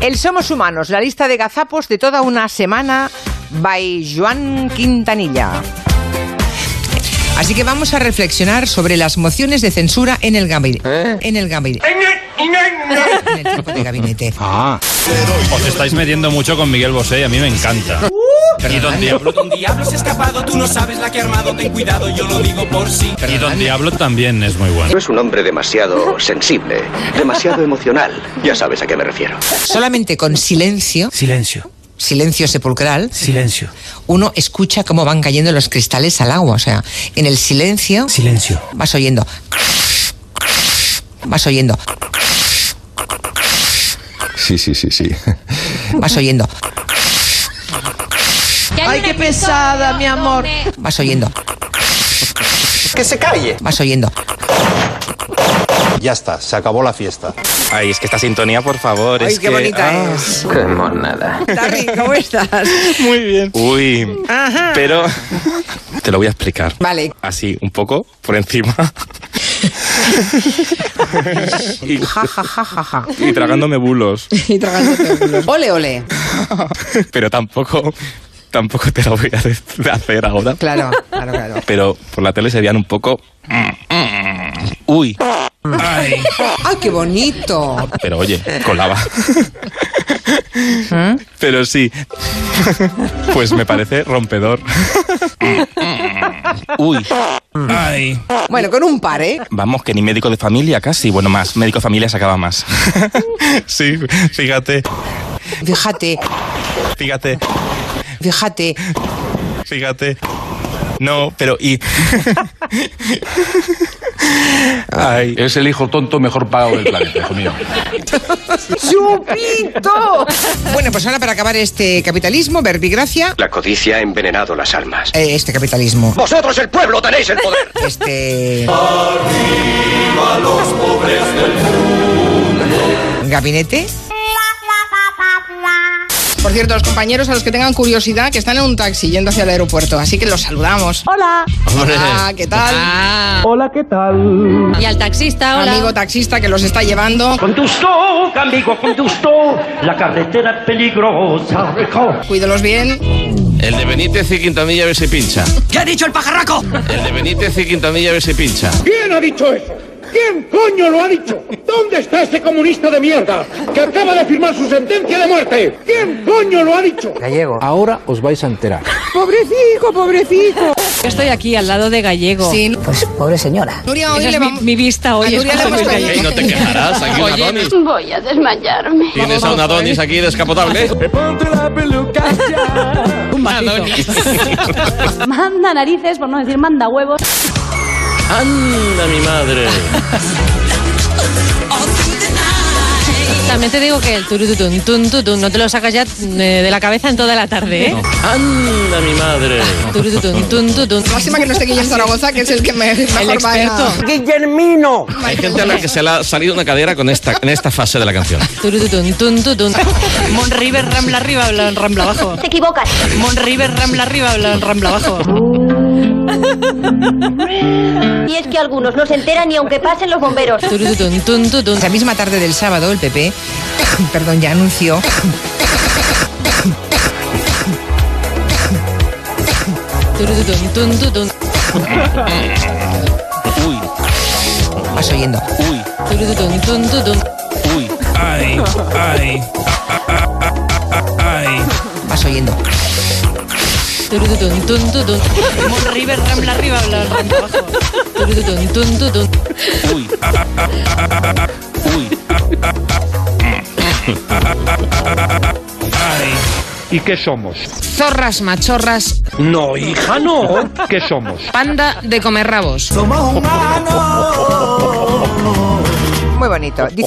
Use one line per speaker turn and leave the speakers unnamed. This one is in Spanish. El Somos Humanos, la lista de gazapos de toda una semana by Joan Quintanilla.
Así que vamos a reflexionar sobre las mociones de censura en el gabinete. En el gabinete. En el tiempo de gabinete.
Ah. Os estáis metiendo mucho con Miguel Bosé y a mí me encanta.
Uh,
Y Don Diablo,
Don Diablo se ha escapado, tú no sabes la que ha armado, ten cuidado, yo lo digo por sí.
y Don Diablo también es muy bueno.
No es un hombre demasiado sensible, demasiado emocional. Ya sabes a qué me refiero.
Solamente con silencio,
Silencio,
silencio sepulcral,
silencio,
uno escucha cómo van cayendo los cristales al agua. O sea, en el silencio
silencio.
vas oyendo. Vas oyendo.
Sí, sí, sí, sí.
Vas oyendo.
Ay, qué pesada, mi amor.
Vas oyendo.
Que se calle.
Vas oyendo.
Ya está, se acabó la fiesta.
Ay, es que esta sintonía, por favor,
Ay,
es
qué
que-
bonita
ah.
es.
Qué monada.
Tari, ¿cómo estás?
Uy, pero te lo voy a explicar.
Vale.
Así, un poco, por encima,
Ja, ja, ja, ja, ja.
y tragándome bulos.
Y Ole, ole.
Pero tampoco, tampoco te lo voy a de- hacer ahora.
Claro, claro, claro.
Pero por la tele serían un poco... mm, Uy,
¡Ay, qué bonito!
pero oye, colaba. Pero sí, pues me parece rompedor. Uy, ay.
Bueno, con un par, ¿eh?
Vamos, que ni médico de familia casi. Bueno, más. Médico de familia sacaba más. sí, fíjate,
Fíjate,
fíjate,
fíjate.
fíjate. No, pero y. Ay.
Es el hijo tonto mejor pagado del planeta, hijo mío.
¡Chupito!
Bueno, pues ahora para acabar este capitalismo, verbigracia.
La codicia ha envenenado las almas.
eh, Este capitalismo.
Vosotros, el pueblo, tenéis el poder.
Este. Gabinete.
Por cierto, los compañeros a los que tengan curiosidad que están en un taxi yendo hacia el aeropuerto, así que los saludamos.
Ah.
Hola, ¿qué tal?
Y al taxista, hola.
Amigo taxista que los está llevando,
Condusto, amigo, condusto, la carretera es peligrosa.
cuídelos bien.
El de Benítez y Quintanilla a ver si pincha. ¿Qué ha dicho el pajarraco? El de Benítez y Quintanilla a ver si pincha.
¿Quién ha dicho eso? ¿Quién coño lo ha dicho? ¿Dónde está ese comunista de mierda que acaba de firmar su sentencia de muerte? ¿Quién coño lo ha dicho?
Ahora os vais a enterar.
Pobrecito, pobrecito.
Yo estoy aquí al lado de Gallego.
Sí,
Pues pobre señora.
Nuria, hoy
Esa
le
es mi,
vamos.
mi vista
a
hoy. es
Nuria le
con
hemos
Luis Gallego.
traído-
Y no eh. te quejarás, aquí un Adonis.
Voy a desmayarme.
Tienes a un Adonis aquí descapotable.
Un batito.
Manda narices, por no decir manda huevos.
Anda, mi madre.
También te digo que el turututun, tun, tutun, no te lo sacas ya eh, de la cabeza en toda la tarde, ¿eh?
Anda, mi madre.
Turututun, tun, tutun.
Máxima que no esté Guillén Zaragoza, que es el que me,
El
mejor va
experto.
a...
Hay gente a la que se le ha salido una cadera con esta, en esta fase de la canción.
Turututun, tun, tutun. Mon River Rambla arriba, bla- Rambla abajo.
Te equivocas.
Mon River Rambla arriba, bla- Rambla abajo.
Y es que algunos no se enteran ni aunque pasen los bomberos.
Turututun, tun, tutun.
Esa misma tarde del sábado, el PP, perdón, ya anunció.
Turututun, tun, tutun.
Uy,
Vas oyendo.
uy,
Turututun, tun, tutun.
uy. Ay, ay, ay.
Vas oyendo.
Turututun, tun, tutun. Mon River Rambla arriba, bla- Rambla abajo. Turututun, tun, tutun.
Uy. Uy.
¿Y qué somos?
Zorras, machorras,
No, hija, no. ¿Qué somos?
panda de comer rabos.
Muy bonito. Dice